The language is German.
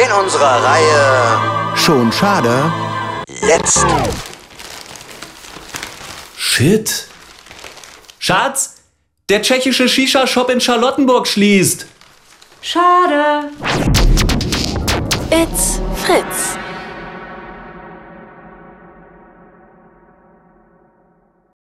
in unserer Reihe Schon schade. jetzt. Shit. Schatz, der tschechische Shisha-Shop in Charlottenburg schließt. Schade. It's Fritz.